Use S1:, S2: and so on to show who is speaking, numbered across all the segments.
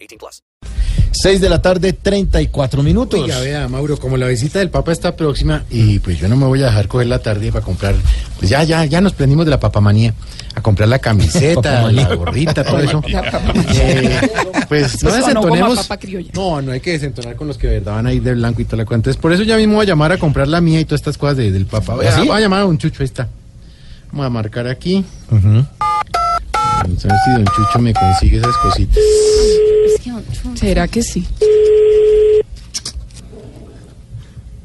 S1: 18 plus.
S2: 6 de la tarde, 34 minutos.
S3: Oiga, vea, Mauro, como la visita del Papa está próxima, y pues yo no me voy a dejar coger la tarde para comprar. Pues ya, ya, ya nos prendimos de la papamanía. A comprar la camiseta, la gorrita, todo eso. Eh, pues no
S4: Sonó como a
S3: desentonemos.
S4: papa criolla.
S3: No, no hay que desentonar con los que de verdad van a ir de blanco y toda la cuenta. Entonces, por eso ya mismo voy a llamar a comprar la mía y todas estas cosas de- del Papa. Voy a,
S2: ¿Ah, sí?
S3: voy a llamar a un chucho, ahí está. Vamos a marcar aquí. Vamos a ver si don Chucho me consigue esas cositas.
S4: ¿Será que sí?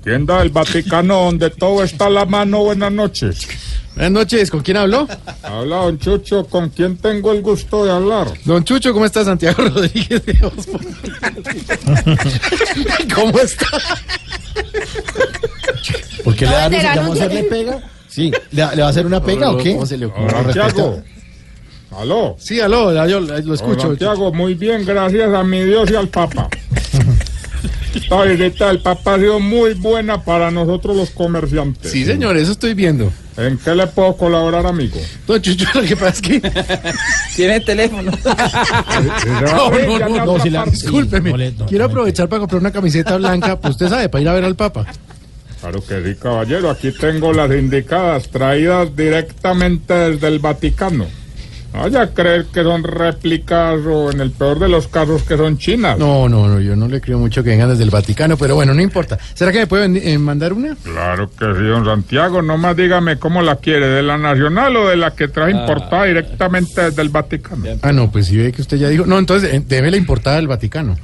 S5: Tienda del Vaticano, donde todo está a la mano. Buenas noches.
S3: Buenas noches, ¿con quién habló?
S5: Habla don Chucho, ¿con quién tengo el gusto de hablar?
S3: Don Chucho, ¿cómo está Santiago Rodríguez de Voz Populi? ¿Cómo está?
S2: ¿Por qué le da risa? ¿Ya
S4: enteraron
S2: vamos a hacerle pega? Sí. ¿Le, le va a hacer una pega o qué?
S3: ¿Cómo se le ocurre?
S5: Hola,
S3: Con
S5: Tiago.
S3: respeto.
S5: Aló.
S3: Sí, aló, la- yo la- lo escucho.
S5: Hola, Tiago, muy bien, gracias a mi Dios y al Papa. Esta visita del Papa ha sido muy buena para nosotros los comerciantes.
S3: Sí, señor, eso estoy viendo.
S5: ¿En qué le puedo colaborar, amigo?
S3: Don Chucho, lo que pasa es que,
S4: Tiene teléfono.
S5: No,
S3: no, no, no,
S2: si la-
S3: discúlpeme,
S2: no le- no,
S3: quiero
S2: no le-
S3: aprovechar para comprar una camiseta blanca, pues usted sabe, para ir a ver al Papa.
S5: Claro que sí, caballero. Aquí tengo las indicadas, traídas directamente desde el Vaticano. No vaya a creer que son réplicas o en el peor de los casos que son chinas.
S3: No, no, no, yo no le creo mucho que vengan desde el Vaticano, pero bueno, no importa. ¿Será que me pueden eh, mandar una?
S5: Claro que sí, don Santiago. Nomás dígame cómo la quiere, de la nacional o de la que trae importada directamente desde el Vaticano.
S3: Ah, no, pues si ve que usted ya dijo. No, entonces, eh, debe la importada del Vaticano.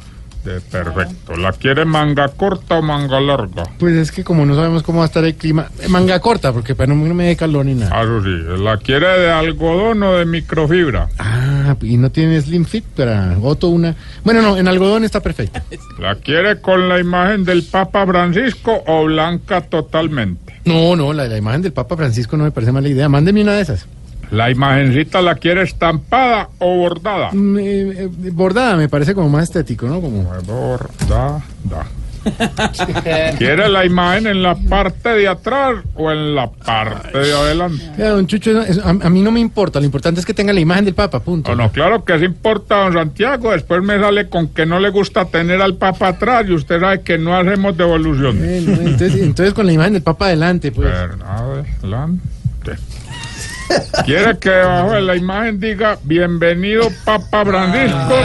S5: De- perfecto. ¿La quiere manga corta o manga larga?
S3: Pues es que como no sabemos cómo va a estar el clima, eh, manga corta, porque para no, no me dé calor ni nada.
S5: Ah, eso sí. ¿La quiere de algodón o de microfibra?
S3: Ah, y no tiene slim fit para Otto una. Bueno, no, en algodón está perfecto.
S5: ¿La quiere con la imagen del Papa Francisco o blanca totalmente?
S3: No, no, la, la imagen del Papa Francisco no me parece mala idea. Mándeme una de esas.
S5: ¿La imagencita la quiere estampada o bordada?
S3: Mm, eh, eh, bordada me parece como más estético, ¿no? Como
S5: Bordada. ¿Quiere la imagen en la parte de atrás o en la parte de adelante?
S3: Vea, eh, don Chucho, eso- eso a, a mí no me importa. Lo importante es que tenga la imagen del Papa, punto.
S5: No, no, claro que sí importa, don Santiago. Después me sale con que no le gusta tener al Papa atrás y usted sabe que no hacemos devoluciones.
S3: Bueno, entonces, entonces con la imagen del Papa adelante, pues.
S5: Ah. Adelante. ¿Quiere que debajo de la imagen diga bienvenido Papa Francisco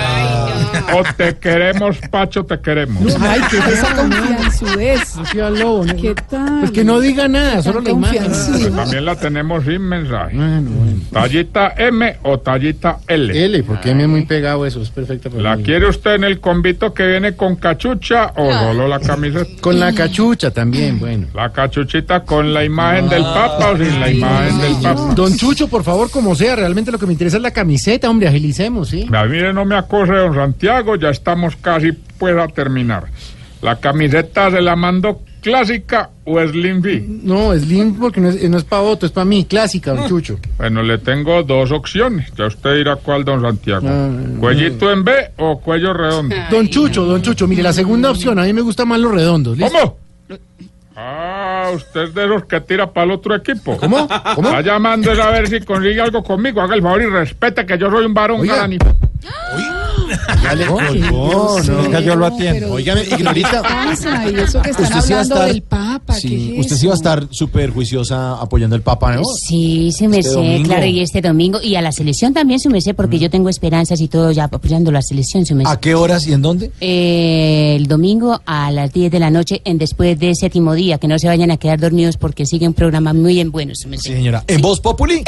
S5: o te queremos Pacho, te queremos?
S3: Ay, qué
S4: Esa confianza es.
S3: qué lobo, ¿no?
S4: ¿Qué tal?
S3: Pues que no diga nada, solo la imagen. Ah,
S4: Confianzudo.
S5: Pues también la tenemos sin mensaje.
S3: Bueno, bueno.
S5: Tallita M o tallita L.
S3: L, porque me es muy pegado eso, es perfecta para
S5: ¿La
S3: mí.
S5: quiere usted en el convito que viene con cachucha o solo la camiseta?
S3: Con la cachucha también, bueno.
S5: La cachuchita con la imagen del Papa o sin la imagen del Ah, Papa.
S3: Don Chucho, por favor, como sea, realmente lo que me interesa es la camiseta, hombre, agilicemos, ¿sí?
S5: Ah, Mire, no me acose, don Santiago, ya estamos casi pues a terminar. ¿La camiseta se la mando clásica o slim fit?
S3: No, es limpio porque no es, eh, no es para otro, es para mí, clásica, don Chucho.
S5: Bueno, le tengo dos opciones. Ya usted dirá cuál, don Santiago.
S3: Ah,
S5: ¿Cuellito en B o cuello redondo?
S3: Don Chucho, don Chucho, mire, la segunda opción, a mí me gusta más los redondos, ¿listo?
S5: ¿Cómo? Ah, usted es de los que tira para el otro equipo.
S3: ¿Cómo? ¿Cómo?
S5: Está llamando es a ver si consigue algo conmigo. Haga el favor y respete que yo soy un varón
S3: Oiga.
S5: galani.
S2: Ya le colgó, no.
S4: Oiga, yo lo atiendo.
S2: Óigame, ignorita.
S4: pasa? Y eso que están
S2: Usted sí va a
S4: hablando
S2: estar-
S4: del Papa.
S2: sí,
S4: ¿qué es
S2: usted sí va a
S4: eso? Pues
S2: estar súper juiciosa apoyando al Papa, ¿no?
S6: Sí, su merced,
S2: domingo.
S6: claro, y este domingo. Y a la selección también, su merced, porque yo tengo esperanzas y todo ya apoyando la selección,
S4: pues
S6: su merced.
S2: ¿A qué horas y en dónde?
S6: Eh, el domingo a las 10 de la noche, en después de séptimo día, que no se vayan a quedar dormidos porque sigue un programa muy en bueno, su merced.
S2: Sí, señora. En Voz Populi.